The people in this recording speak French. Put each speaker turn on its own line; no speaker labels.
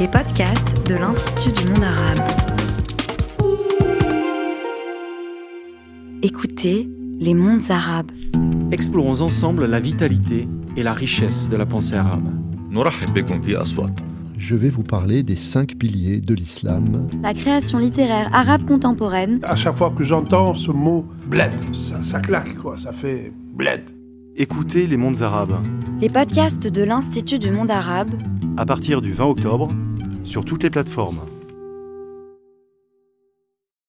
les podcasts de l'Institut du monde arabe. Écoutez les mondes arabes.
Explorons ensemble la vitalité et la richesse de la pensée arabe.
Je vais vous parler des cinq piliers de l'islam.
La création littéraire arabe contemporaine,
À chaque fois que j'entends ce mot bled, ça, ça claque quoi, ça fait bled.
Écoutez les mondes arabes
les podcasts de l'Institut du monde arabe
à partir du 20 octobre sur toutes les plateformes.